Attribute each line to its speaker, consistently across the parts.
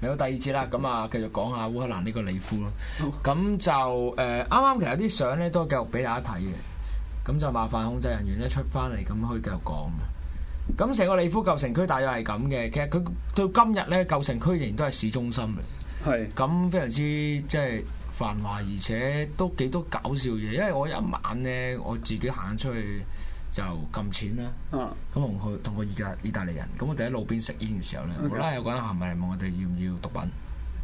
Speaker 1: 嚟到第二節啦，咁啊繼續講下烏克蘭呢個利夫咯。咁就誒啱啱其實有啲相咧都繼續俾大家睇嘅，咁就麻煩控制人員咧出翻嚟，咁可以繼續講嘅。咁成個利夫舊城區大約係咁嘅，其實佢到今日咧舊城區仍然都係市中心嚟，
Speaker 2: 係
Speaker 1: 咁非常之即係繁華，而且都幾多搞笑嘢。因為我一晚咧我自己行出去就撳錢啦。
Speaker 2: 啊，
Speaker 1: 咁同佢同個意大意大利人，咁我哋喺路邊食煙嘅時候咧，
Speaker 2: 嗯
Speaker 1: 無啦啦有個人行埋嚟問我哋要唔要毒品，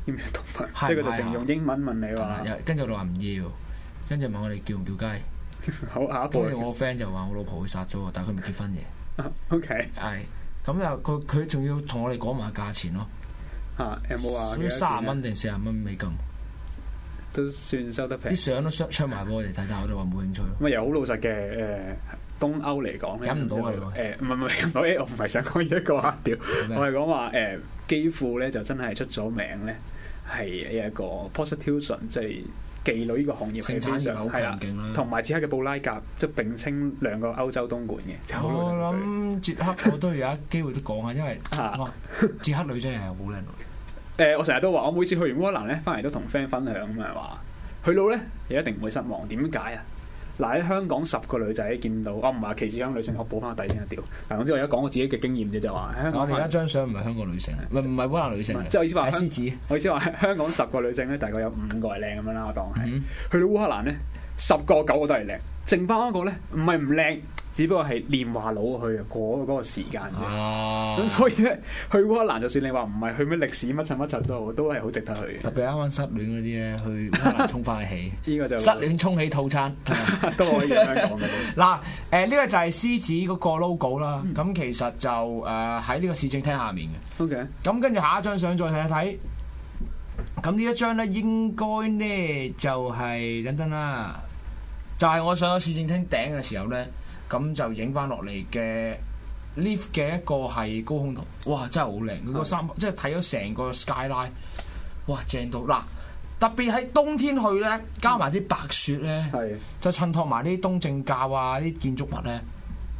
Speaker 2: 要唔要 讀埋？
Speaker 1: 係
Speaker 2: 即係佢
Speaker 1: 係
Speaker 2: 就
Speaker 1: 啊
Speaker 2: 淨用英文問 你
Speaker 1: 係啦
Speaker 2: 話，
Speaker 1: 有跟住我就話唔要，跟住問我哋叫唔叫雞，
Speaker 2: 好下一步
Speaker 1: 跟住我個 friend 就話我老婆會殺咗我，但係佢唔結婚嘅，
Speaker 2: ，OK
Speaker 1: 係咁又佢佢仲要同我哋講埋價錢咯，
Speaker 2: 嚇，有冇話幾多
Speaker 1: 三啊
Speaker 2: 錢啊
Speaker 1: 十
Speaker 2: 呢
Speaker 1: 蚊定四十蚊美金，
Speaker 2: 都算收得平
Speaker 1: 啲。相都出出埋俾我哋睇，但係我哋話冇興趣咯。
Speaker 2: 咁啊，又好老實嘅誒。東歐嚟講咧，
Speaker 1: 忍唔到啊你話
Speaker 2: 誒唔係唔係， 我我唔係想講呢一個啊，屌！
Speaker 1: 咩
Speaker 2: 我係講話誒基輔咧就真係出咗名咧，係一個 prostitution，即係妓女呢個行業
Speaker 1: 性
Speaker 2: 係
Speaker 1: 產
Speaker 2: 非
Speaker 1: 業係好
Speaker 2: 常係啦
Speaker 1: 強，勁啦
Speaker 2: 同。埋捷克嘅布拉格即係並稱兩個歐洲東莞嘅，就好老
Speaker 1: 我
Speaker 2: 實講
Speaker 1: 諗捷克我都有一機會都講下，因為
Speaker 2: 啊
Speaker 1: 哇捷克女真係好靚女，
Speaker 2: 誒、我成日都話，我每次去完烏克蘭咧，翻嚟都同 friend 分享咁啊話，去到咧你一定唔會失望。點解啊？嗱，喺香港十個女仔見到，我啊唔係話歧視香港女性，我補翻個底先啊屌！嗱，總之我而家講我自己嘅經驗啫，就話喺香
Speaker 1: 我
Speaker 2: 港
Speaker 1: 哋而家張相唔係香港女性，唔係唔係烏克蘭女性嚟，
Speaker 2: 即係我意思話
Speaker 1: 係
Speaker 2: 香
Speaker 1: 獅子。
Speaker 2: 我意思話香港十個女性咧，大概有五個係靚咁樣啦，我當係。
Speaker 1: 嗯
Speaker 2: 去到烏克蘭咧，十個九個都係靚，剩翻嗰個咧唔係唔靚，只不過係年華老去啊，嗰、嗰個時間啫。
Speaker 1: 啊
Speaker 2: 咁、所以咧，去烏克蘭就算你話唔係去咩歷史乜柒乜柒都好，都係好值得去嘅。
Speaker 1: 特別啱啱失戀嗰啲咧，去烏克蘭沖翻起，
Speaker 2: 呢 個就
Speaker 1: 失戀沖起套 餐。
Speaker 2: 都可以咁樣講嘅。
Speaker 1: 嗱，誒呢個就係獅子嗰個 logo 啦。咁其實就誒喺呢個市政廳下面嘅。
Speaker 2: O K，
Speaker 1: 咁跟住下一張相再睇一睇。咁呢一張咧，應該咧就係等等啦，就係我上咗市政廳頂嘅時候咧，咁就影翻落嚟嘅 lift 嘅一個係高空圖，哇！真係好靚，佢個三即係睇咗成個 skyline，哇！正到嗱，特別喺冬天去咧，加埋啲白雪咧，
Speaker 2: 係
Speaker 1: 就襯托埋啲東正教啊啲建築物咧，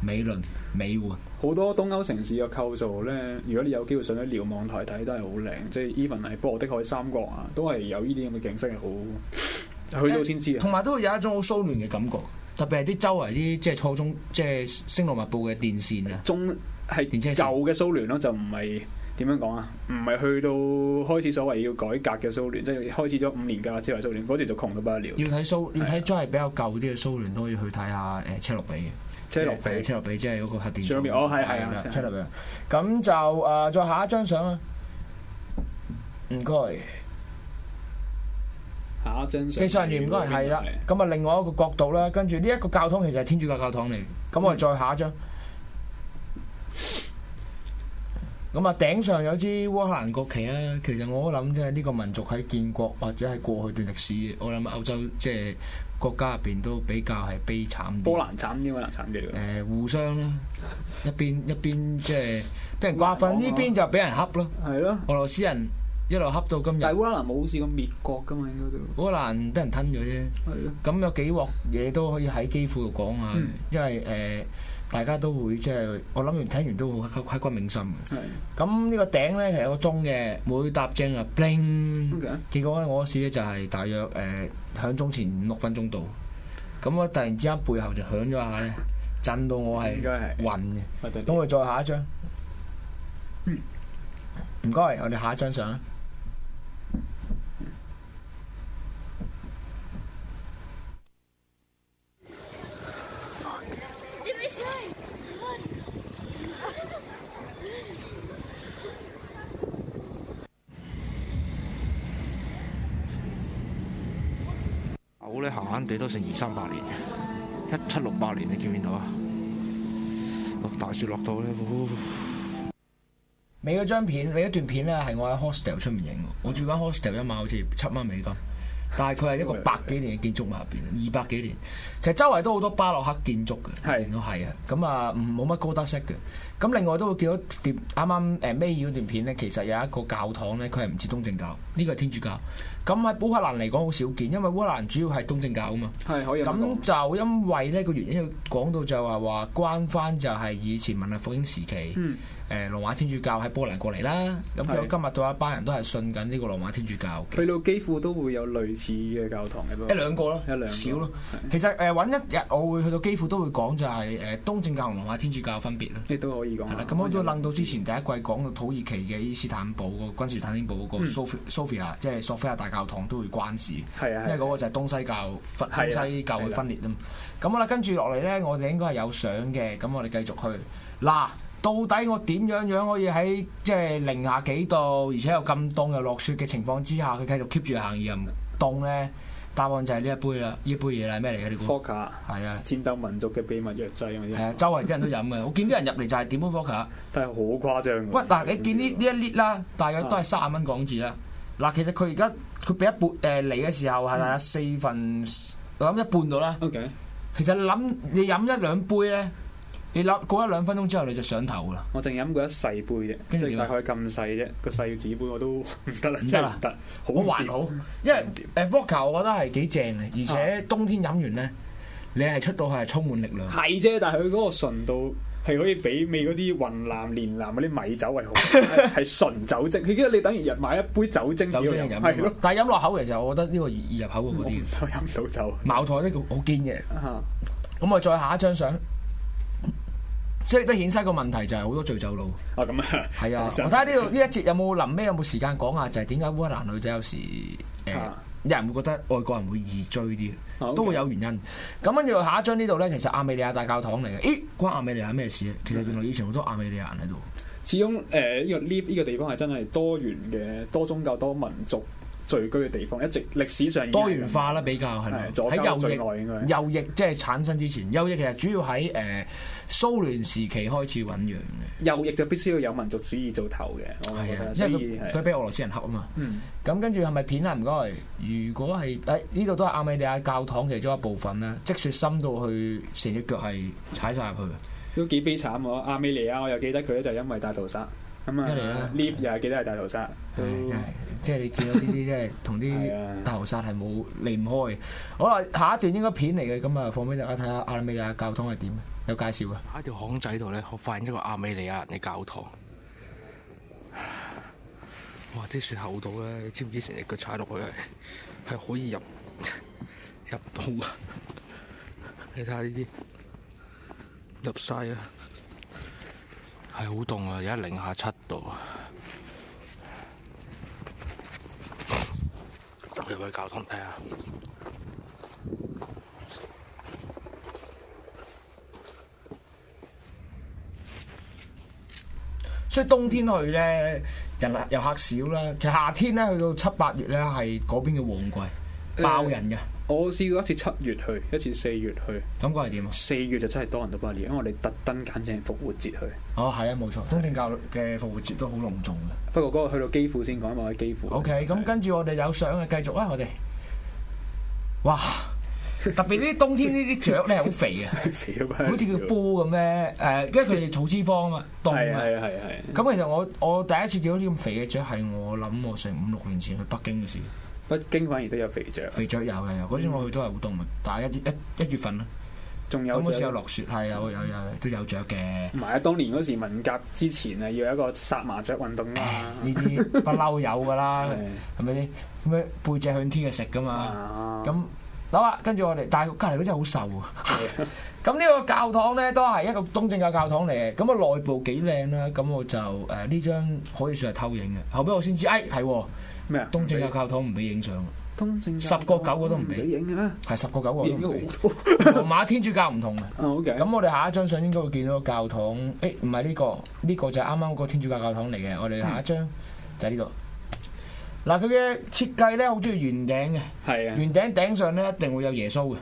Speaker 1: 美輪美奐。
Speaker 2: 好多東歐城市嘅構造咧，如果你有機會上咗瞭望台睇，都係好靚。即係 even 係波羅的海三國啊，都係有呢啲咁嘅景色係好，去到先知啊。
Speaker 1: 呃同埋都會有一種好騷亂嘅感覺，特別係啲周圍啲即係初中即係星羅密布嘅電線啊，
Speaker 2: 中係
Speaker 1: 電車線
Speaker 2: 舊嘅蘇聯咯，就唔係點樣講啊？唔係去到開始所謂要改革嘅蘇聯，即係開始咗五年嘅之後蘇聯，嗰時就窮到不得了。
Speaker 1: 要睇蘇要睇真係比較舊啲嘅蘇聯都要去睇下呃誒車路比嘅。
Speaker 2: 車路
Speaker 1: 係
Speaker 2: 比
Speaker 1: 車路比即係嗰個核電
Speaker 2: 上面
Speaker 1: 廠
Speaker 2: 哦係係啊
Speaker 1: 啦
Speaker 2: 係
Speaker 1: 車路比。咁就誒，再下一張相啊，唔該。
Speaker 2: 下一張
Speaker 1: 技
Speaker 2: 相，
Speaker 1: 術人員唔該係啦，啊咁啊另外一個角度啦，跟住呢一個教堂其實係天主教教堂嚟，咁我哋再下一張。咁啊，頂上有支烏克蘭國旗啦。其實我諗即係呢個民族喺建國或者係過去段歷史，我諗歐洲即係國家入邊都比較係悲慘啲。
Speaker 2: 波蘭慘啲，波蘭慘啲
Speaker 1: 誒、。互相啦，一邊一邊即係俾人瓜分，呢邊就俾人恰咯。
Speaker 2: 係咯，
Speaker 1: 俄羅斯人一路恰到今日，
Speaker 2: 但係烏克蘭冇試過滅國㗎嘛，應該都
Speaker 1: 烏克蘭俾人吞咗啫。
Speaker 2: 係咯。
Speaker 1: 咁有幾鑊嘢都可以喺基輔度講下，
Speaker 2: 嗯
Speaker 1: 因為誒、呃大家都會即係我諗完聽完都好刻刻骨銘心嘅。
Speaker 2: 係
Speaker 1: 咁呢個頂咧其實有個鐘嘅，每搭正啊 bling，
Speaker 2: OK
Speaker 1: 結果咧我嗰時咧就係大約誒、呃、響鐘前五六分鐘到，咁我突然之間背後就響咗一下咧，震到我係
Speaker 2: 應該係
Speaker 1: 暈嘅。
Speaker 2: 核突啲
Speaker 1: 咁我哋再下一張，嗯唔該，我哋下一張相啦。
Speaker 3: 牛咧閒閒地都成二三百年，一七六八年你見唔見到啊？大雪落到咧，哦呼
Speaker 1: 尾嗰張片，尾一段片咧係我喺 hostel 出面影嘅，我住間 hostel 一晚好似七蚊美金，但係佢係一個百幾年嘅建築物入邊，二百幾年。其實周圍都好多巴洛克建築嘅，
Speaker 2: 係
Speaker 1: 見到係啊，咁啊唔冇乜高德式嘅。咁另外都會見到碟啱啱誒尾二嗰段片咧，其實有一個教堂咧，佢係唔似東正教，呢個係天主教。咁喺烏克蘭嚟講好少見，因為烏克蘭主要係東正教啊嘛。
Speaker 2: 係可以咁
Speaker 1: 咁
Speaker 2: 講。
Speaker 1: 就因為呢個原因，佢講到就話話關翻就係以前文藝復興時期，誒、
Speaker 2: 嗯
Speaker 1: 羅馬天主教喺波蘭過嚟啦。咁
Speaker 2: 係
Speaker 1: 佢今日到一班人都係信緊呢個羅馬天主教嘅
Speaker 2: 去，到基輔都會有類似嘅教堂嘅，不過
Speaker 1: 一兩個咯，
Speaker 2: 一兩個
Speaker 1: 少咯。其實誒揾、一日，我會去到幾乎都會講就係、誒、東正教同羅馬天主教嘅分別啦。
Speaker 2: 亦都哦可以講
Speaker 1: 係啦
Speaker 2: 下。，
Speaker 1: 咁我都楞到之前第一季講到土耳其嘅伊斯坦堡個君士坦丁堡嗰個
Speaker 2: 嗯
Speaker 1: Sophia- Sophia，即係索菲亞大教堂都會關事。
Speaker 2: 係
Speaker 1: 因
Speaker 2: 啊
Speaker 1: 為
Speaker 2: 係啊，
Speaker 1: 嗰個就係東西教分
Speaker 2: 係啦
Speaker 1: 東西教會分裂啊嘛。咁好啦，跟住落嚟咧，我哋應該係有相嘅，咁我哋繼續去嗱。到底我點樣樣可以喺即係零下幾度，而且又咁凍又落雪嘅情況之下，佢繼續 keep 住行而又唔凍咧？答案就係呢一杯啦，呢一杯嘢啦，係咩嚟嘅？你
Speaker 2: 科
Speaker 1: 估？
Speaker 2: 卡
Speaker 1: 係啊，
Speaker 2: 戰鬥民族嘅秘密藥劑啊
Speaker 1: 係啊
Speaker 2: 嘛，，
Speaker 1: 周圍啲人都飲嘅。我見啲人入嚟就係點杯 vodka。
Speaker 2: 但係好誇張㗎
Speaker 1: 喂，嗱，你見呢呢一 lit 啦，大約都係三十蚊港紙啦。嗱，其實佢而家佢俾一半誒嚟嘅時候係大約四分，我諗一半到啦。
Speaker 2: 啊 OK，
Speaker 1: 其實你諗你飲一兩杯咧，你諗過一兩分鐘之後你就上頭噶啦。
Speaker 2: 我淨飲過一細杯啫，即
Speaker 1: 跟住
Speaker 2: 係
Speaker 1: 點
Speaker 2: 大
Speaker 1: 啊
Speaker 2: 概咁細啫，個細紙杯我都 唔得啦，
Speaker 1: 唔
Speaker 2: 真
Speaker 1: 得
Speaker 2: 係
Speaker 1: 啦
Speaker 2: 唔得，好
Speaker 1: 我還
Speaker 2: 掂
Speaker 1: 好，因為
Speaker 2: 掂
Speaker 1: 誒 vodka 我覺得係幾正嘅，
Speaker 2: 啊
Speaker 1: 而且冬天飲完咧，你係出到去係充滿力量。
Speaker 2: 係啫，但係佢嗰個純度係可以媲美嗰啲雲南、連南嗰啲米酒係好，係係純酒精。佢記得你等於日買一杯酒精，
Speaker 1: 酒精係飲㗎
Speaker 2: 係
Speaker 1: 嘛
Speaker 2: 咯，，嗯
Speaker 1: 但係飲落口其實我覺得呢個易易入口過嗰
Speaker 2: 我唔
Speaker 1: 啲。
Speaker 2: 想飲到酒。
Speaker 1: 茅台呢個好堅嘅，
Speaker 2: 啊
Speaker 1: 咁我再下一張相，即係都顯示一個問題就係好多醉酒佬。
Speaker 2: 啊咁啊，
Speaker 1: 係啊，我
Speaker 2: 咁就
Speaker 1: 睇下呢度呢一節有冇臨尾有冇時間講啊下，就係點解烏克蘭女仔有時誒
Speaker 2: 啊
Speaker 1: 有人會覺得外國人會易追啲
Speaker 2: 啊，OK，
Speaker 1: 都會有原因。咁跟住下一張呢度咧，其實亞美利亞大教堂嚟嘅，咦，關亞美利亞咩事咧？其實原來以前好多亞美利亞人喺度，
Speaker 2: 始終呃誒呢個呢呢個地方係真係多元嘅，多宗教、多民族聚居嘅地方，一直歷史上已經係
Speaker 1: 多元化啦，比較係咪？
Speaker 2: 係左膠
Speaker 1: 喺
Speaker 2: 最
Speaker 1: 右
Speaker 2: 耐應該
Speaker 1: 翼右翼即係產生之前，右翼其實主要喺誒蘇聯時期開始醖釀嘅，
Speaker 2: 咁樣。右翼就必須要有民族主義做頭嘅，我覺
Speaker 1: 係啊
Speaker 2: 得，，
Speaker 1: 因
Speaker 2: 所以
Speaker 1: 為佢佢
Speaker 2: 係
Speaker 1: 俾俄羅斯人恰啊嘛。
Speaker 2: 嗯
Speaker 1: 咁跟住係咪片啊？唔該，如果係誒呢度都係亞美利亞教堂其中一部分啦，積雪深到去成只腳係踩晒入去嘅。
Speaker 2: 都幾悲慘喎。阿美尼亞我又記得佢咧就係因為大屠殺。咁
Speaker 1: 一嚟
Speaker 2: 啊
Speaker 1: 啦
Speaker 2: ，Live 又係記得係大屠殺，都
Speaker 1: 唉，真係，即係你見到呢啲真係同
Speaker 2: 嗯係啊
Speaker 1: 啲大屠殺係冇離唔開嘅。好啦，下一段應該片嚟嘅，咁啊放俾大家睇下亞美利亞教堂係點，有介紹嘅。啊
Speaker 3: 喺條巷仔度咧，我發現一個亞美尼亞人嘅教堂。哇！啲雪厚到咧，你知唔知成隻腳踩落去係係可以入入到啊！你睇下呢啲入晒啊，係好凍啊！而家零下七度啊！入去教堂睇下。
Speaker 1: 所以冬天去咧人遊客少啦，其實夏天咧去到七八月咧係嗰邊嘅旺季，
Speaker 3: 呃
Speaker 1: 爆人嘅
Speaker 2: 我試過一次七月去，一次四月去。
Speaker 1: 感覺係點啊？
Speaker 2: 四月就真係多人到不了，因為我哋特登揀正復活節去。
Speaker 1: 哦，係啊，冇錯，東正教嘅復活節都好隆重嘅。
Speaker 2: 不過嗰個去到基輔先講，因為我喺基輔。啊
Speaker 1: O K，咁跟住我哋有相嘅繼續啊，我哋，哇！特別呢啲冬天呢啲雀咧係好肥啊，
Speaker 2: 肥到不得了
Speaker 1: 好似叫煲咁咧，誒，因為佢哋草脂肪啊，凍
Speaker 2: 係啊
Speaker 1: 啊。
Speaker 2: 係啊係啊係啊。
Speaker 1: 咁其實我我第一次見到啲咁肥嘅雀係我諗我成五六年前去北京嘅事，
Speaker 2: 北京反而都有肥雀，
Speaker 1: 肥雀有嘅有，嗰陣我去都係好凍嘅，但係一月一一月份啦，
Speaker 2: 仲有
Speaker 1: 咁嗰時
Speaker 2: 雀
Speaker 1: 有。落雪，係有有有都有雀嘅。
Speaker 2: 唔係啊！當年嗰時文革之前啊，要有一個殺麻雀運動
Speaker 1: 唉
Speaker 2: 啊嘛。
Speaker 1: 呢啲不嬲有噶啦，
Speaker 2: 係
Speaker 1: 係啊咪先？咁樣背脊向天嘅食噶嘛。
Speaker 2: 啊
Speaker 1: 咁好啊，跟住我哋，但係隔離嗰真係好瘦啊！咁呢個教堂咧都係一個東正教教堂嚟嘅，咁啊內部幾靚啦，咁我就誒呢張可以算係偷影嘅。後尾我先知，誒係喎
Speaker 2: 咩啊？
Speaker 1: 東正教教堂唔俾影相，
Speaker 2: 東正
Speaker 1: 十個九個都唔俾
Speaker 2: 影啊！
Speaker 1: 係十個九個都
Speaker 2: 影
Speaker 1: 唔俾。
Speaker 2: 咗好多
Speaker 1: 羅馬天主教唔同嘅，
Speaker 2: 啊！OK，
Speaker 1: 咁我哋下一張相應該會見到個教堂，誒唔係呢個，呢、個就係啱啱嗰個天主教教堂嚟嘅。我哋下一張就係呢度。嗱，佢嘅設計咧好中意圓頂嘅。
Speaker 2: 係啊，
Speaker 1: 呃圓頂頂上咧一定會有耶穌嘅，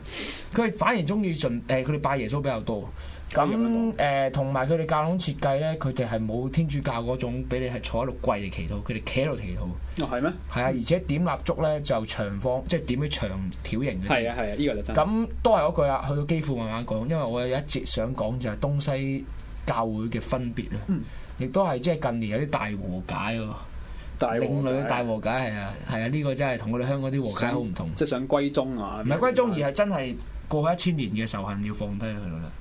Speaker 1: 佢哋反而中意順誒，佢哋拜耶穌比較多。咁誒，同埋佢哋教堂設計咧，佢哋係冇天主教嗰種俾你係坐喺度跪嚟祈禱，佢哋企喺度祈禱。
Speaker 2: 哦係咩？
Speaker 1: 係啊，而且點蠟燭咧就長方，即係點啲長條形嘅。
Speaker 2: 係啊係啊，呢個就真。
Speaker 1: 咁都係嗰句啦，去到基輔慢慢講，因為我有一節想講就係東西教會嘅分別啦，亦都係即係近年有啲大和解喎，
Speaker 2: 大啊
Speaker 1: 另類嘅大
Speaker 2: 大
Speaker 1: 和解係啊，係啊，呢個真係同我哋香港啲和解好唔同，
Speaker 2: 即係想歸宗啊！
Speaker 1: 唔係歸宗而係真呃係過去一千年嘅仇恨要放低佢啦。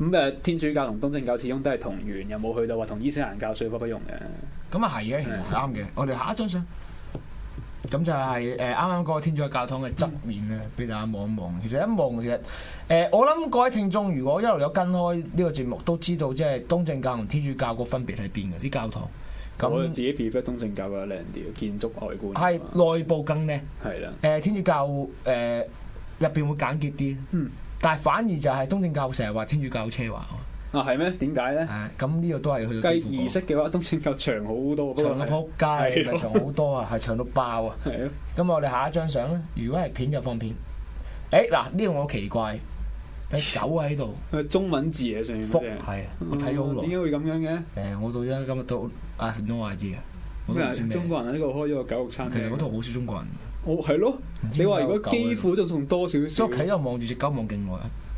Speaker 2: 咁誒，天主教同東正教始終都係同源，又冇去到話同伊斯蘭教水火不容嘅。
Speaker 1: 咁啊係嘅，其實係啱嘅。我哋下一張相，咁就係誒呃啱啱嗰個天主教堂嘅側面咧，俾大家望一望。其實一望其實誒、我諗各位聽眾如果一路有跟開呢個節目，呃都知道即係東正教同天主教個分別喺邊嘅啲教堂。
Speaker 2: 我
Speaker 1: 咁
Speaker 2: 自己 prefer 東正教嘅靚啲，建築外觀
Speaker 1: 係內部更咧，誒、
Speaker 2: 係啦，
Speaker 1: 天主教誒入邊會簡潔啲。
Speaker 2: 嗯。
Speaker 1: 但係反而就係東正教成日話天主教好奢華，
Speaker 2: 啊係咩？點解咧？
Speaker 1: 係咁呢個都係去到
Speaker 2: 計
Speaker 1: 幾乎
Speaker 2: 儀式嘅話，東正教長好多，不過
Speaker 1: 長到
Speaker 2: 係
Speaker 1: 撲街，
Speaker 2: 係
Speaker 1: 咪
Speaker 2: 咯
Speaker 1: 長好多啊，係長到爆啊！
Speaker 2: 係咯，
Speaker 1: 咁我哋下一張相咧，如果係片就放片。誒嗱，呢個我奇怪，有 狗喺度，
Speaker 2: 佢中文字嘅上面
Speaker 1: 福
Speaker 2: 嗰啲
Speaker 1: 係啊，我睇咗好
Speaker 2: 嗯點
Speaker 1: 耐
Speaker 2: 解。會咁樣嘅？
Speaker 1: 誒，我到而家今日都啊 no idea，我都唔
Speaker 2: 咩啊
Speaker 1: 知咩。
Speaker 2: 中國人喺呢度開咗個狗肉餐
Speaker 1: 其實
Speaker 2: 廳
Speaker 1: 嗰。度好少中國人，
Speaker 2: 我係咯，
Speaker 1: 知
Speaker 2: 你話
Speaker 1: 點解有
Speaker 2: 如果
Speaker 1: 狗
Speaker 2: 基
Speaker 1: 喺度
Speaker 2: 輔仲仲多少少
Speaker 1: 所以？我企喺度望住只狗望勁耐，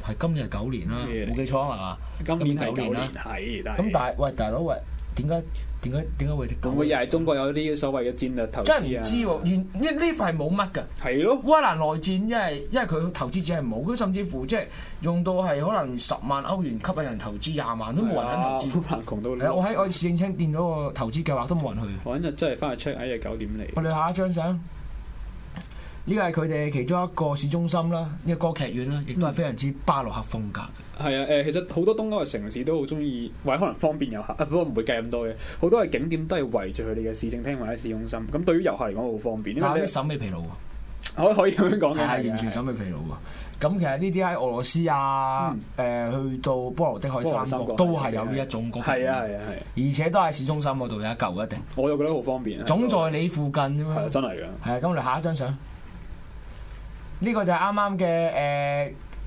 Speaker 1: 係今年係九年啦，
Speaker 2: 咩嚟
Speaker 1: 冇記錯啊嘛。
Speaker 2: 今年
Speaker 1: 今年
Speaker 2: 係
Speaker 1: 九
Speaker 2: 九
Speaker 1: 年
Speaker 2: 年
Speaker 1: 啦
Speaker 2: 係，
Speaker 1: 咁但係喂大佬喂，點解點解點解會有隻
Speaker 2: 會
Speaker 1: 狗
Speaker 2: 唔
Speaker 1: 喺度？
Speaker 2: 會又係中國有啲所謂嘅戰略投資
Speaker 1: 真
Speaker 2: 啊？
Speaker 1: 係唔知喎，原呢呢塊冇乜㗎。
Speaker 2: 係咯，
Speaker 1: 烏克蘭內戰，因為因為佢投資者係冇，佢甚至乎即係用到係可能十萬歐元吸引人投資，廿萬都冇人肯投資。
Speaker 2: 好難窮到
Speaker 1: 係啊，我
Speaker 2: 你。
Speaker 1: 喺我市政廳見到個投資計劃都冇人去。
Speaker 2: 我嗰日真係翻去 check 下，日九點
Speaker 1: 我
Speaker 2: 嚟。
Speaker 1: 哋下一張相，呢個係佢哋其中一個市中心啦，呢個歌劇院啦，亦都係非常之巴洛克風格。
Speaker 2: 係啊，誒，其實好多東歐嘅城市都好中意，或者可能方便遊客，啊不過唔會計咁多嘅。好多嘅景點都係圍住佢哋嘅市政廳或者市中心。咁對於遊客嚟講好方便，因
Speaker 1: 但係
Speaker 2: 為
Speaker 1: 啲
Speaker 2: 你
Speaker 1: 審美疲勞喎，
Speaker 2: 可以可以咁樣講嘅，
Speaker 1: 係係完全審美疲勞喎。咁其實呢啲喺俄羅斯啊，誒去到波羅的海
Speaker 2: 嗯波羅
Speaker 1: 三
Speaker 2: 三
Speaker 1: 國
Speaker 2: 國
Speaker 1: 都係有呢一種歌劇
Speaker 2: 係啊
Speaker 1: 院，
Speaker 2: 係啊係啊，
Speaker 1: 而且都係市中心嗰度有一嚿嘅一定，
Speaker 2: 我又覺得好方便。
Speaker 1: 總在你附近啫
Speaker 2: 係
Speaker 1: 嘛
Speaker 2: 啊，。真係㗎。
Speaker 1: 係啊，咁我哋下一張相，呢、個就係啱啱嘅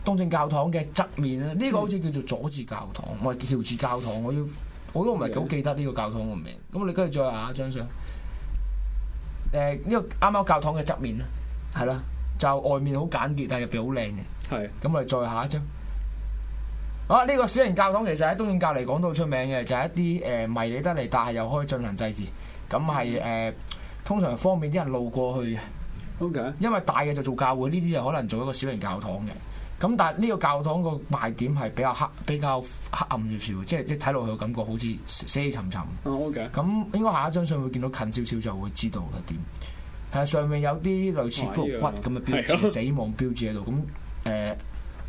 Speaker 1: 誒東正教堂嘅側面啊啦。呢、
Speaker 2: 嗯
Speaker 1: 個好似叫做佐治教堂，唔係喬治教堂。我要我都唔係好記得呢個教堂個名。咁我哋跟住再下一張相，誒、呢、個啱啱教堂嘅側面啦，啊係啦，就外面好簡潔，但係入邊好靚嘅。
Speaker 2: 係
Speaker 1: 咁我哋再下一張。啊！呢、個小型教堂其實喺東正教嚟講都好出名嘅，就係、一啲誒、迷你得嚟，但係又可以進行祭祀。咁係誒通常方便啲人路過去嘅，
Speaker 2: OK，啊
Speaker 1: 因為大嘅就做教會，呢啲就可能做一個小型教堂嘅。咁但係呢個教堂個賣點係比較黑、比較黑暗少少，即係即係睇落去嘅感覺好似死氣沉沉。
Speaker 2: 啊 OK，
Speaker 1: 咁應該下一張相會見到近少少就會知道係點。係啊，上面有啲類似骷髏骨咁嘅標
Speaker 2: 係啊
Speaker 1: 誌、死亡標誌喺度。咁誒、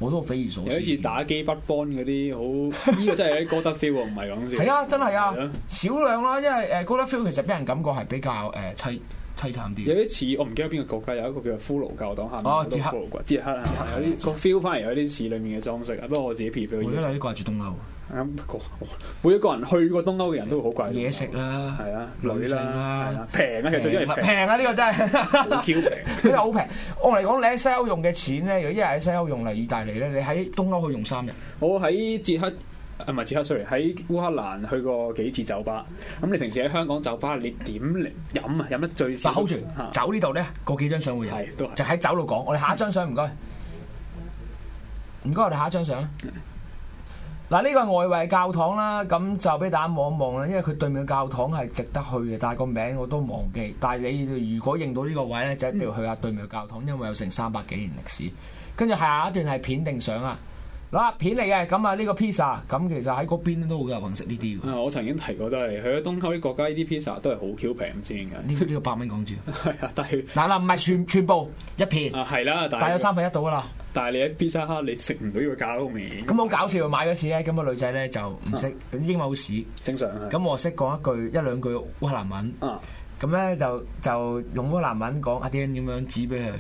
Speaker 1: 我都匪夷所
Speaker 2: 有
Speaker 1: 思。
Speaker 2: 好似打機不 b 嗰啲，好 呢個真係有啲歌德 feel 喎，唔係講笑。
Speaker 1: 係啊，真係啊
Speaker 2: 係啊，
Speaker 1: 少量啦，因為誒 g o l f i e l 其實俾人感覺係比較誒凄凄慘
Speaker 2: 有
Speaker 1: 啲。
Speaker 2: 啲似我唔記得邊個國家有一個叫做骷髏教堂下面
Speaker 1: 哦
Speaker 2: 好多
Speaker 1: 捷克
Speaker 2: 骷髏骨，捷克啊
Speaker 1: 捷克係啊
Speaker 2: 有啲個 feel 翻嚟有啲似裡面嘅裝飾啊。不過我自己 prefer
Speaker 1: 我而家
Speaker 2: 呢
Speaker 1: 有啲掛住東歐
Speaker 2: 種啊不過每一個人去過東歐嘅人都會好怪
Speaker 1: 嘢食啦，
Speaker 2: 係啊，
Speaker 1: 女
Speaker 2: 女
Speaker 1: 性
Speaker 2: 啦，
Speaker 1: 啦
Speaker 2: 係啦平啊，其實最緊要係平，
Speaker 1: 平啊！呢個真係。
Speaker 2: 好 Q 平。
Speaker 1: 佢又好平，我嚟講，你喺西歐用嘅錢咧，如果一日喺西歐用嚟意大利咧，你喺東歐可以用三日。
Speaker 2: 我喺捷克，啊唔係捷克，sorry，喺烏克蘭去過幾次酒吧。咁你平時喺香港酒吧，你點嚟飲啊？飲得最少
Speaker 1: 嗱，hold 住
Speaker 2: 嚇
Speaker 1: 酒呢度咧，嗰幾張相會有
Speaker 2: 啊係都，係
Speaker 1: 就喺酒度講。我哋下一張相唔該，唔該我哋下一張相啦。啊嗱，呢個係外圍教堂啦，咁就俾大家望一望啦，因為佢對面嘅教堂係值得去嘅，但係個名我都忘記。但係你如果認到呢個位咧，就一
Speaker 2: 嗯
Speaker 1: 定要去下對面嘅教堂，因為有成三百幾年歷史。跟住下一段係片定相啊，嗱片嚟嘅，咁啊呢個 pizza，咁其實喺嗰邊都好有人食呢啲嘅，
Speaker 2: 啊！我曾經提過都係，去咗東歐啲國家，呢啲 pizza 都係好 Q 平，唔知點解。
Speaker 1: 呢個呢個百蚊港紙。
Speaker 2: 係啊，但係
Speaker 1: 嗱嗱，唔係全全部一片，
Speaker 2: 啊係啦，但
Speaker 1: 大約
Speaker 2: 係
Speaker 1: 三分一到噶啦。
Speaker 2: 但係你喺 pizza Hut 你食唔到呢個價撈面，
Speaker 1: 咁好啊搞笑，買嗰次咧，咁個女仔咧就唔識英文好屎，
Speaker 2: 正常啊。
Speaker 1: 咁我識講一句一兩句烏克蘭文，
Speaker 2: 啊，
Speaker 1: 咁咧就就用烏克蘭文講阿 Dan 咁樣指俾佢，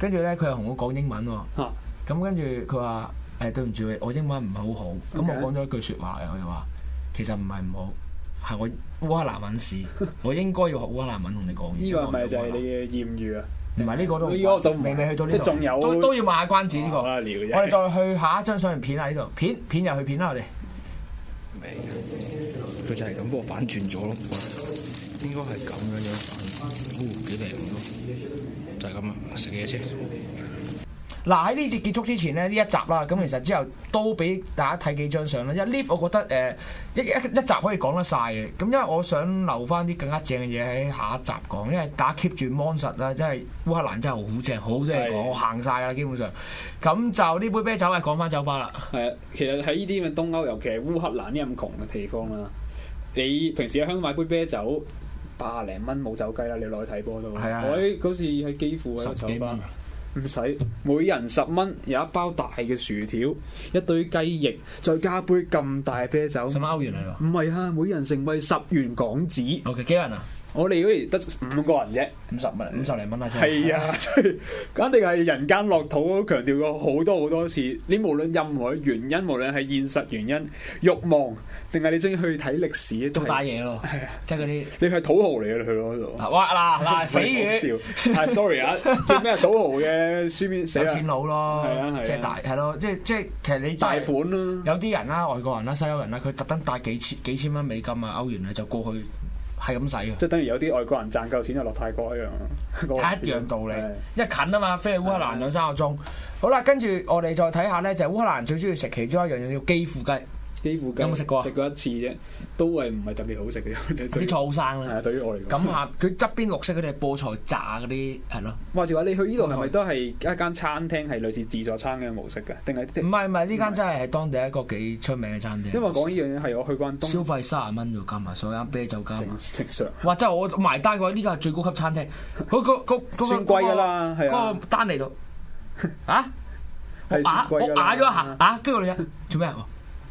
Speaker 1: 跟住咧佢又同我講英文喎
Speaker 2: 啊，
Speaker 1: 咁跟住佢話誒對唔住，我英文唔係好好，咁
Speaker 2: OK
Speaker 1: 我講咗一句説話嘅，我就話其實唔係唔好，係 我烏克蘭文屎，我應該要學烏克蘭文同你講嘢。
Speaker 2: 呢個係咪就係
Speaker 1: 因為我
Speaker 2: 你
Speaker 1: 係烏克蘭
Speaker 2: 嘅豔遇啊？
Speaker 1: 唔係呢個都唔
Speaker 2: 呢個就唔
Speaker 1: 未未去到呢
Speaker 2: 即係
Speaker 1: 度，
Speaker 2: 仲有哦
Speaker 1: 都都要賣下關子呢個。
Speaker 2: 好啦聊啫
Speaker 1: 我哋再去下一張相片啊！呢度片片又去片啦，我哋
Speaker 3: 未，佢就係咁，不過反轉咗咯，應該係咁樣樣反，哦幾靚咯，就係咁啊，食嘢先。
Speaker 1: 嗱喺呢節結束之前咧，呢一集啦，咁其實之後都俾大家睇幾張相啦。因為 lift 我覺得誒、呃一一一集可以講得晒嘅，咁因為我想留翻啲更加正嘅嘢喺下一集講，因為大家 keep 住 mon 實啦，真係烏克蘭真係好正，好正講，
Speaker 2: 係
Speaker 1: 我行晒㗎啦基本上。咁就呢杯啤酒係講翻酒吧啦。
Speaker 2: 係啊，其實喺呢啲咁嘅東歐，尤其係烏克蘭呢咁窮嘅地方啦，你平時喺香港買杯啤酒八廿零蚊冇酒雞啦，你落去睇波都
Speaker 1: 係啊
Speaker 2: 我喺嗰次喺基輔喺個
Speaker 1: 十幾
Speaker 2: 酒吧
Speaker 1: 蚊，啊
Speaker 2: 唔使每人十蚊有一包大嘅薯條，一堆雞翼，再加杯咁大啤酒。
Speaker 1: 十蚊歐元嚟喎。
Speaker 2: 唔係啊，每人成為十元港紙，
Speaker 1: OK，幾多人啊？
Speaker 2: 我哋嗰時得五個人啫。
Speaker 1: 五十蚊，五十零蚊啦，真係。
Speaker 2: 係啊，即係簡直係人間落土，強調過好多好多次。你無論任何原因，無論係現實原因、欲望，定係你中意去睇歷史，都
Speaker 1: 仲大
Speaker 2: 係
Speaker 1: 嘢咯，即係嗰啲
Speaker 2: 你係土豪嚟嘅，你去到嗰度。
Speaker 1: 嗱，哇嗱 嗱，
Speaker 2: 喂
Speaker 1: 匪魚
Speaker 2: 講笑係 sorry 啊，叫咩土豪嘅書面寫
Speaker 1: 有
Speaker 2: 啊
Speaker 1: 錢佬咯
Speaker 2: 係啊係啊，
Speaker 1: 即係大係咯，即係即係其實你真
Speaker 2: 大
Speaker 1: 係
Speaker 2: 款啦，
Speaker 1: 有啲人啦，外國人啦，西歐人啦，佢特登帶幾千幾千蚊美金啊歐元啊，就過去係咁使嘅，
Speaker 2: 即係等於有啲外國人賺夠錢就落泰國一樣啊，嗰個
Speaker 1: 係一樣道理
Speaker 2: 係。
Speaker 1: 因為近啊嘛，飛去烏克蘭兩三個鐘。好啦，跟住我哋再睇下咧，就係烏克蘭最中意食其中一樣嘢叫基輔雞，
Speaker 2: 基輔雞
Speaker 1: 有冇食過啊
Speaker 2: 食過一次啫，都係唔係特別好食嘅。
Speaker 1: 啲菜好生
Speaker 2: 係
Speaker 1: 啦
Speaker 2: 啊，。對於我嚟講。
Speaker 1: 咁啊，佢側邊綠色嗰啲係菠菜炸嗰啲係咯，
Speaker 2: 話時話你去呢度係咪都係一間餐廳係類似自助餐嘅模式嘅？定
Speaker 1: 唔
Speaker 2: 係
Speaker 1: 係唔係呢間真係係當地一個幾出名嘅餐廳。
Speaker 2: 因為講呢樣嘢係我去慣東
Speaker 1: 消費啊三十蚊要加埋所有啤酒加
Speaker 2: 正
Speaker 1: 埋。
Speaker 2: 正常，
Speaker 1: 哇！真係我埋單嘅話，呢個係最高級餐廳，嗰、個嗰嗰個
Speaker 2: 算貴㗎啦係啊
Speaker 1: 嗰個單嚟到啊！我
Speaker 2: 係
Speaker 1: 啞
Speaker 2: 算
Speaker 1: 我
Speaker 2: 貴㗎啦
Speaker 1: 啞咗一下啊！跟住個女人做咩啊？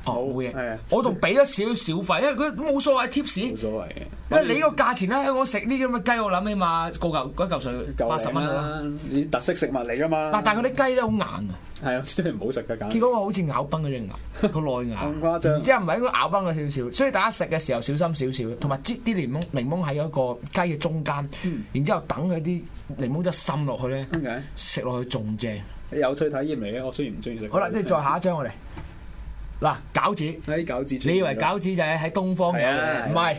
Speaker 1: 哦，
Speaker 2: 冇
Speaker 1: 冇
Speaker 2: 係
Speaker 1: 嘢
Speaker 2: 啊。
Speaker 1: 我仲俾咗少少小費，因為佢冇所謂 tips，
Speaker 2: 冇所謂嘅。
Speaker 1: 因為你個價錢咧，我食呢啲咁嘅雞，我諗起碼個嚿嗰嚿水
Speaker 2: 夠
Speaker 1: 八十蚊啦。
Speaker 2: 啦，你特色食物嚟㗎嘛？
Speaker 1: 嗱，但係佢啲雞咧好硬啊，
Speaker 2: 係啊， 真係唔好食㗎，簡
Speaker 1: 結
Speaker 2: 直
Speaker 1: 果我好似咬崩嗰隻牙，個內牙。
Speaker 2: 咁誇張
Speaker 1: 唔知。係唔係應該咬崩咗少少，所以大家食嘅時候小心少少，同埋擠啲檸檬檸檬喺嗰個雞嘅中間，
Speaker 2: 嗯
Speaker 1: 然之後等佢啲檸檬汁滲落去咧，
Speaker 2: 點解？
Speaker 1: 食落去仲正。
Speaker 2: 有趣體驗嚟嘅，我雖然唔中意食。
Speaker 1: 好啦，跟住再下一張我哋嗱餃子，
Speaker 2: 喺哎餃子出現咗，
Speaker 1: 你以為餃子就係喺東方有
Speaker 2: 嗯係啊
Speaker 1: 嘅，唔係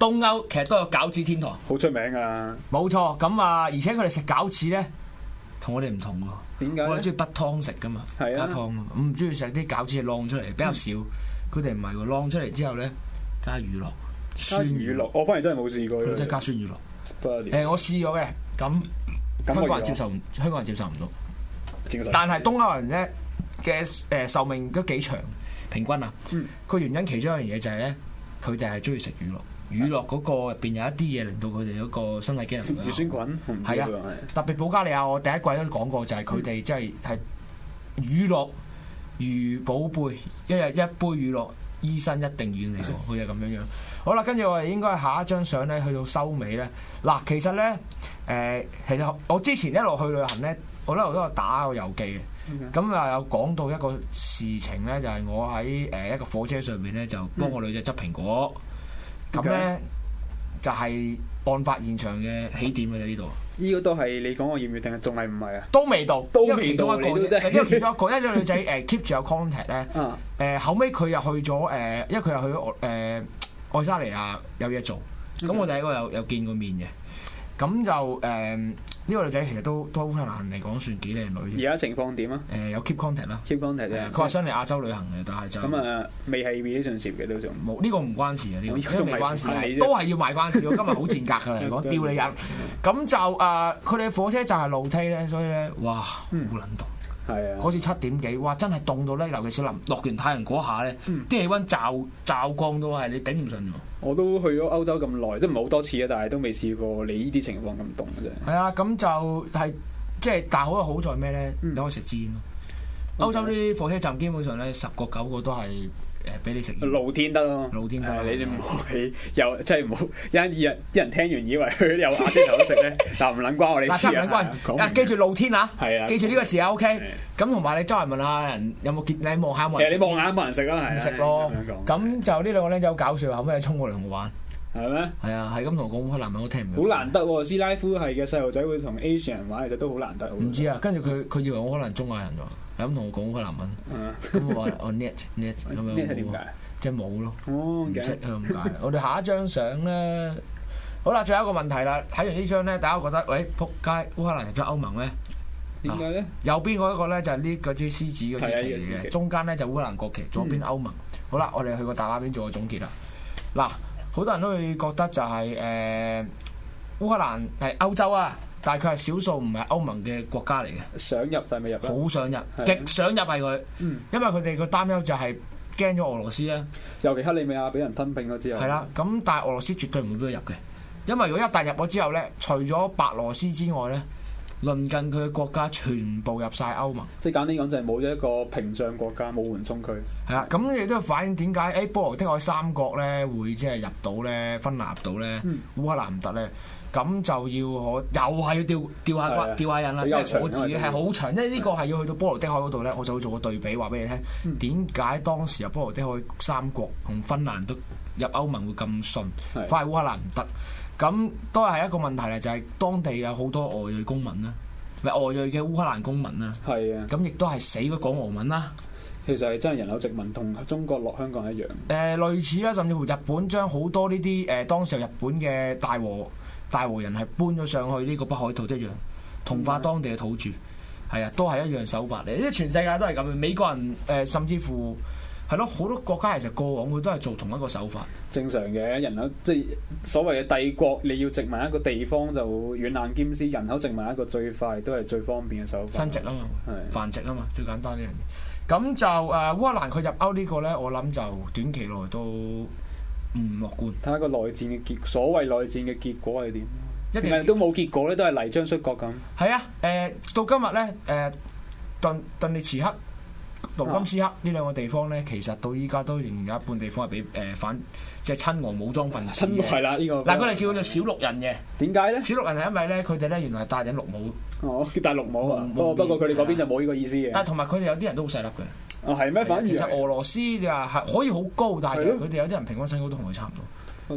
Speaker 1: 東歐其實都有餃子天堂，
Speaker 2: 好出名㗎？
Speaker 1: 冇錯。咁啊，而且佢哋食餃子咧，同我哋唔同喎。
Speaker 2: 點解
Speaker 1: 我哋
Speaker 2: 咧？
Speaker 1: 中意筆湯食噶嘛，
Speaker 2: 係啊嗯
Speaker 1: 加湯啊嘛，唔中意食啲餃子晾出嚟，比較少。佢哋唔係喎，晾出嚟之後咧加乳酪，
Speaker 2: 加
Speaker 1: 酸
Speaker 2: 乳酪，我反而真係冇試過
Speaker 1: 佢
Speaker 2: 呢
Speaker 1: 哋真
Speaker 2: 樣嘢。
Speaker 1: 係加酸乳酪。
Speaker 2: 不得了
Speaker 1: 誒，我試過嘅，咁
Speaker 2: 嗯咁
Speaker 1: 香港
Speaker 2: 我要
Speaker 1: 人接受唔，香港人接受唔到，
Speaker 2: 接受
Speaker 1: 但係東歐人咧嘅誒壽命都幾長，平均啊
Speaker 2: 嗯。
Speaker 1: 個原因其中一樣嘢就係咧，佢哋係中意食乳酪，乳酪嗰個入邊有一啲嘢令到佢哋嗰個身體機能比較好
Speaker 2: 乳酸菌，我唔知
Speaker 1: 係啊
Speaker 2: 喎係
Speaker 1: 特別保加利亞，我第一季都講過，就係佢哋即係係乳酪如寶貝，一日一杯乳酪，醫生一定遠離我，佢就咁樣樣。好啦，跟住我哋應該下一張相咧，去到收尾咧。嗱，其實咧，誒、其實我之前一路去旅行咧，我一路都有打個遊記嘅。咁啊，有講到一個事情咧，就係、我喺誒一個火車上面咧，就幫個女仔執蘋果。咁咧、就係案發現場嘅起點嘅呢度。
Speaker 2: 呢個都係你講我要唔要定係仲係唔係啊？
Speaker 1: 都未到，
Speaker 2: 都
Speaker 1: 因為其中一個
Speaker 2: 未到你都真係
Speaker 1: 因為其中一個，因為呢個女仔誒 keep 住有 contact 咧，
Speaker 2: 啊，
Speaker 1: 誒後尾佢又去咗誒，因為佢又去咗俄誒愛沙尼亞有嘢做，咁
Speaker 2: OK
Speaker 1: 我哋喺嗰個有有見過面嘅，咁就誒呢個女仔其實都都烏克蘭嚟講算幾靚
Speaker 2: 而
Speaker 1: 女嘅，
Speaker 2: 家情況點啊
Speaker 1: 誒有 keep contact 啦，
Speaker 2: ？keep
Speaker 1: 誒
Speaker 2: contact 啫。
Speaker 1: 佢話想嚟亞洲旅行嘅，但係就
Speaker 2: 啊咁。啊，未係 relationship 嘅都仲。
Speaker 1: 冇呢個唔關事啊，呢個
Speaker 2: 呢個
Speaker 1: 因為未關事
Speaker 2: 仲係賣
Speaker 1: 嘅，
Speaker 2: 關子
Speaker 1: 都係要賣關事。我今日好賤格 㗎啦，講屌你人。咁就誒，佢哋火車站係露梯咧，所以咧，哇，好
Speaker 2: 嗯
Speaker 1: 撚凍。
Speaker 2: 係啊，
Speaker 1: 嗰次七點幾，哇！真係凍到咧，尤其是臨嗯落完太陽嗰下咧，啲、氣温驟驟降到係你頂唔順喎。
Speaker 2: 我都去咗歐洲咁耐，即係唔係好多次啊，但係都未試過你呢啲情況咁凍嘅啫。
Speaker 1: 係啊，咁就係即係，但係好好在咩咧？
Speaker 2: 嗯
Speaker 1: 你可以食支煙咯。歐洲啲火車站基本上咧，十個九個都係誒俾你食煙。
Speaker 2: 露天得咯，
Speaker 1: 露天得啦
Speaker 2: 係啊你哋唔好起，又即係唔好有人有人啲人聽完以為佢有鴨啲頭食 咧，嗱唔撚關我哋
Speaker 1: 嗱，
Speaker 2: 事
Speaker 1: 真係
Speaker 2: 啊
Speaker 1: 唔
Speaker 2: 係啊！
Speaker 1: 關，啊
Speaker 2: 講
Speaker 1: 記住露天啊，
Speaker 2: 係啊
Speaker 1: 記住呢個字啊，OK。咁同埋你周圍問下人有冇見，你望下有冇
Speaker 2: 其實
Speaker 1: 人
Speaker 2: 你
Speaker 1: 食
Speaker 2: 望眼冇人食啦，係啊
Speaker 1: 食咯
Speaker 2: 咁樣。講
Speaker 1: 咁就呢兩個僆仔好搞笑，後尾衝過嚟同我玩。
Speaker 2: 係咩？
Speaker 1: 係啊，係咁同我講好難文，我聽唔
Speaker 2: 好
Speaker 1: 明
Speaker 2: 難得喎，斯拉夫系嘅細路仔會同 Asian 人玩，其實都好難得。
Speaker 1: 唔知啊，跟住佢佢以為我可能中亞人喎，係咁同我講好難文，
Speaker 2: 嗯，
Speaker 1: 咁 我話我 net net 咁樣
Speaker 2: 哦咩係點
Speaker 1: 冇啊
Speaker 2: 解？
Speaker 1: 即係冇咯，
Speaker 2: 哦
Speaker 1: 唔，識
Speaker 2: 嘅
Speaker 1: 啊咁解。我哋下一張相咧，好啦，最後一個問題啦。睇完呢張咧，大家覺得喂撲街烏克蘭入咗歐盟咧？
Speaker 2: 點解咧？
Speaker 1: 右邊嗰一個咧就係呢嗰支獅子嗰支旗
Speaker 2: 係啊
Speaker 1: 嚟
Speaker 2: 呢
Speaker 1: 嘅，
Speaker 2: 支
Speaker 1: 中間咧就烏克蘭國旗，
Speaker 2: 嗯
Speaker 1: 左邊歐盟。好啦，我哋去個大畫面做個總結啦。嗱，好多人都會覺得就係、誒、烏克蘭係歐洲啊，但係佢係少數唔係歐盟嘅國家嚟嘅，
Speaker 2: 想入但係未入啦。
Speaker 1: 好想入，極想入係佢，
Speaker 2: 嗯
Speaker 1: 因為佢哋個擔憂就係驚咗俄羅斯啦，
Speaker 2: 尤其克里米亞俾人吞並咗之後，
Speaker 1: 係啦，，咁但係俄羅斯絕對唔會俾佢入嘅，因為如果一旦入咗之後咧，除咗白羅斯之外咧，鄰近佢嘅國家全部入晒歐盟。
Speaker 2: 即係簡單講就係冇咗一個屏障國家，冇緩衝區。
Speaker 1: 係啦，咁亦都反映點解誒波羅的海三國咧會即係入到咧，芬蘭入到咧，
Speaker 2: 嗯
Speaker 1: 烏克蘭唔得咧，咁就要我又係要吊吊下
Speaker 2: 係
Speaker 1: 骨
Speaker 2: 啊
Speaker 1: 吊下人啦，
Speaker 2: 比
Speaker 1: 因
Speaker 2: 較
Speaker 1: 為我
Speaker 2: 長
Speaker 1: 自己
Speaker 2: 因為
Speaker 1: 係
Speaker 2: 都
Speaker 1: 好長，因為呢個係要去到波羅的海嗰度咧，我就會做個對比話俾你聽，點解當時入波羅的海三國同芬蘭都入歐盟會咁順，
Speaker 2: 係
Speaker 1: 反而烏克蘭唔得，咁都係一個問題咧，就係當地有好多外裔公民啦，咪外裔嘅烏克蘭公民啦，
Speaker 2: 係啊，
Speaker 1: 咁亦都係死咗講俄文啦。
Speaker 2: 其實係真係人口殖民同中國落香港一樣。
Speaker 1: 誒、類呃似啦，甚至乎日本將好多呢啲誒當時候日本嘅大和大和人係搬咗上去呢個北海道一樣，同化當地嘅土著，係啊，都係一樣手法嚟。因為全世界都係咁嘅，美國人誒、呃甚至乎係咯，好多國家其實過往佢都係做同一個手法。
Speaker 2: 正常嘅人口，即係所謂嘅帝國，你要殖民一個地方就軟硬兼施，人口殖民一個最快都係最方便嘅手法。
Speaker 1: 增值啊嘛，
Speaker 2: 係
Speaker 1: 繁殖啊嘛，最簡單呢樣嘢。咁就誒、烏克蘭佢入歐呢個呢，我諗就短期內都唔樂觀，
Speaker 2: 睇下個內戰嘅結，所謂內戰嘅結果係點？
Speaker 1: 一定
Speaker 2: 唔
Speaker 1: 要
Speaker 2: 係都冇結果咧，都係泥漿摔角咁。
Speaker 1: 係啊，誒、到今日咧，誒、頓頓涅茨克、盧金斯
Speaker 2: 啊
Speaker 1: 克呢兩個地方咧，其實到依家都仍然有一半地方係俾誒反即係親俄武裝分子
Speaker 2: 啊親
Speaker 1: 嘅。
Speaker 2: 愛啦，呢、個
Speaker 1: 嗱，佢哋叫做小綠人 嘅，
Speaker 2: 點解咧？
Speaker 1: 小綠人係因為咧，佢哋咧原來係戴緊綠帽，
Speaker 2: 哦，大陸冇啊
Speaker 1: 冇，
Speaker 2: 不過
Speaker 1: 冇
Speaker 2: 不過佢哋嗰邊就冇呢個意思嘅。
Speaker 1: 但係同埋佢哋有啲人都好細粒嘅。
Speaker 2: 哦，係咩？反而
Speaker 1: 其實
Speaker 2: 係
Speaker 1: 俄羅斯你話係可以好高，但係
Speaker 2: 係咯
Speaker 1: 佢哋有啲人平均身高都同佢差唔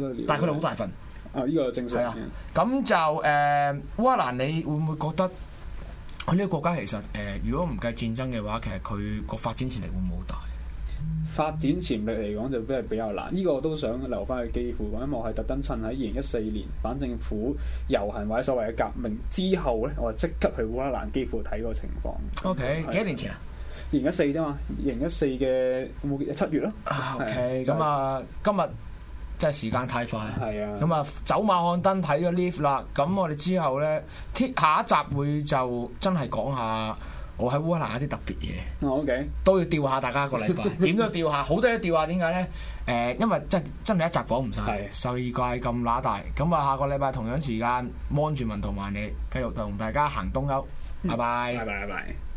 Speaker 1: 多，但係佢哋好大份。
Speaker 2: 啊，呢個正常
Speaker 1: 係啊
Speaker 2: 嘅。
Speaker 1: 咁就誒、烏克蘭，你會唔會覺得佢呢個國家其實誒、如果唔計戰爭嘅話，其實佢個發展潛力會唔會好大？
Speaker 2: 發展潛力嚟講就真係比較難，呢、個我都想留翻去基輔，因為我係特登趁喺二零一四年反政府遊行或者所謂嘅革命之後咧，我就即刻去烏克蘭基輔睇個情況。
Speaker 1: O K，幾多年前啊？
Speaker 2: 二零一四啫嘛，二零一四嘅冇記七月咯，
Speaker 1: 啊
Speaker 2: 係
Speaker 1: OK，
Speaker 2: 就係
Speaker 1: 咁啊，今日真係時間太快。
Speaker 2: 係啊，
Speaker 1: 咁啊，走馬看燈睇咗 lift 啦。咁我哋之後咧，貼下一集會就真係講下我喺烏克蘭一啲特別嘢，
Speaker 2: 哦 OK，
Speaker 1: 都要吊下大家一個禮拜， 點都要吊下，好多嘢吊下。點解咧？誒、因為真真係一集講唔晒，
Speaker 2: 係
Speaker 1: 世界咁乸大。咁啊，下個禮拜
Speaker 2: 嗯
Speaker 1: 同樣時間，望住文同埋你，繼續同大家行東歐。拜拜
Speaker 2: 拜拜拜拜。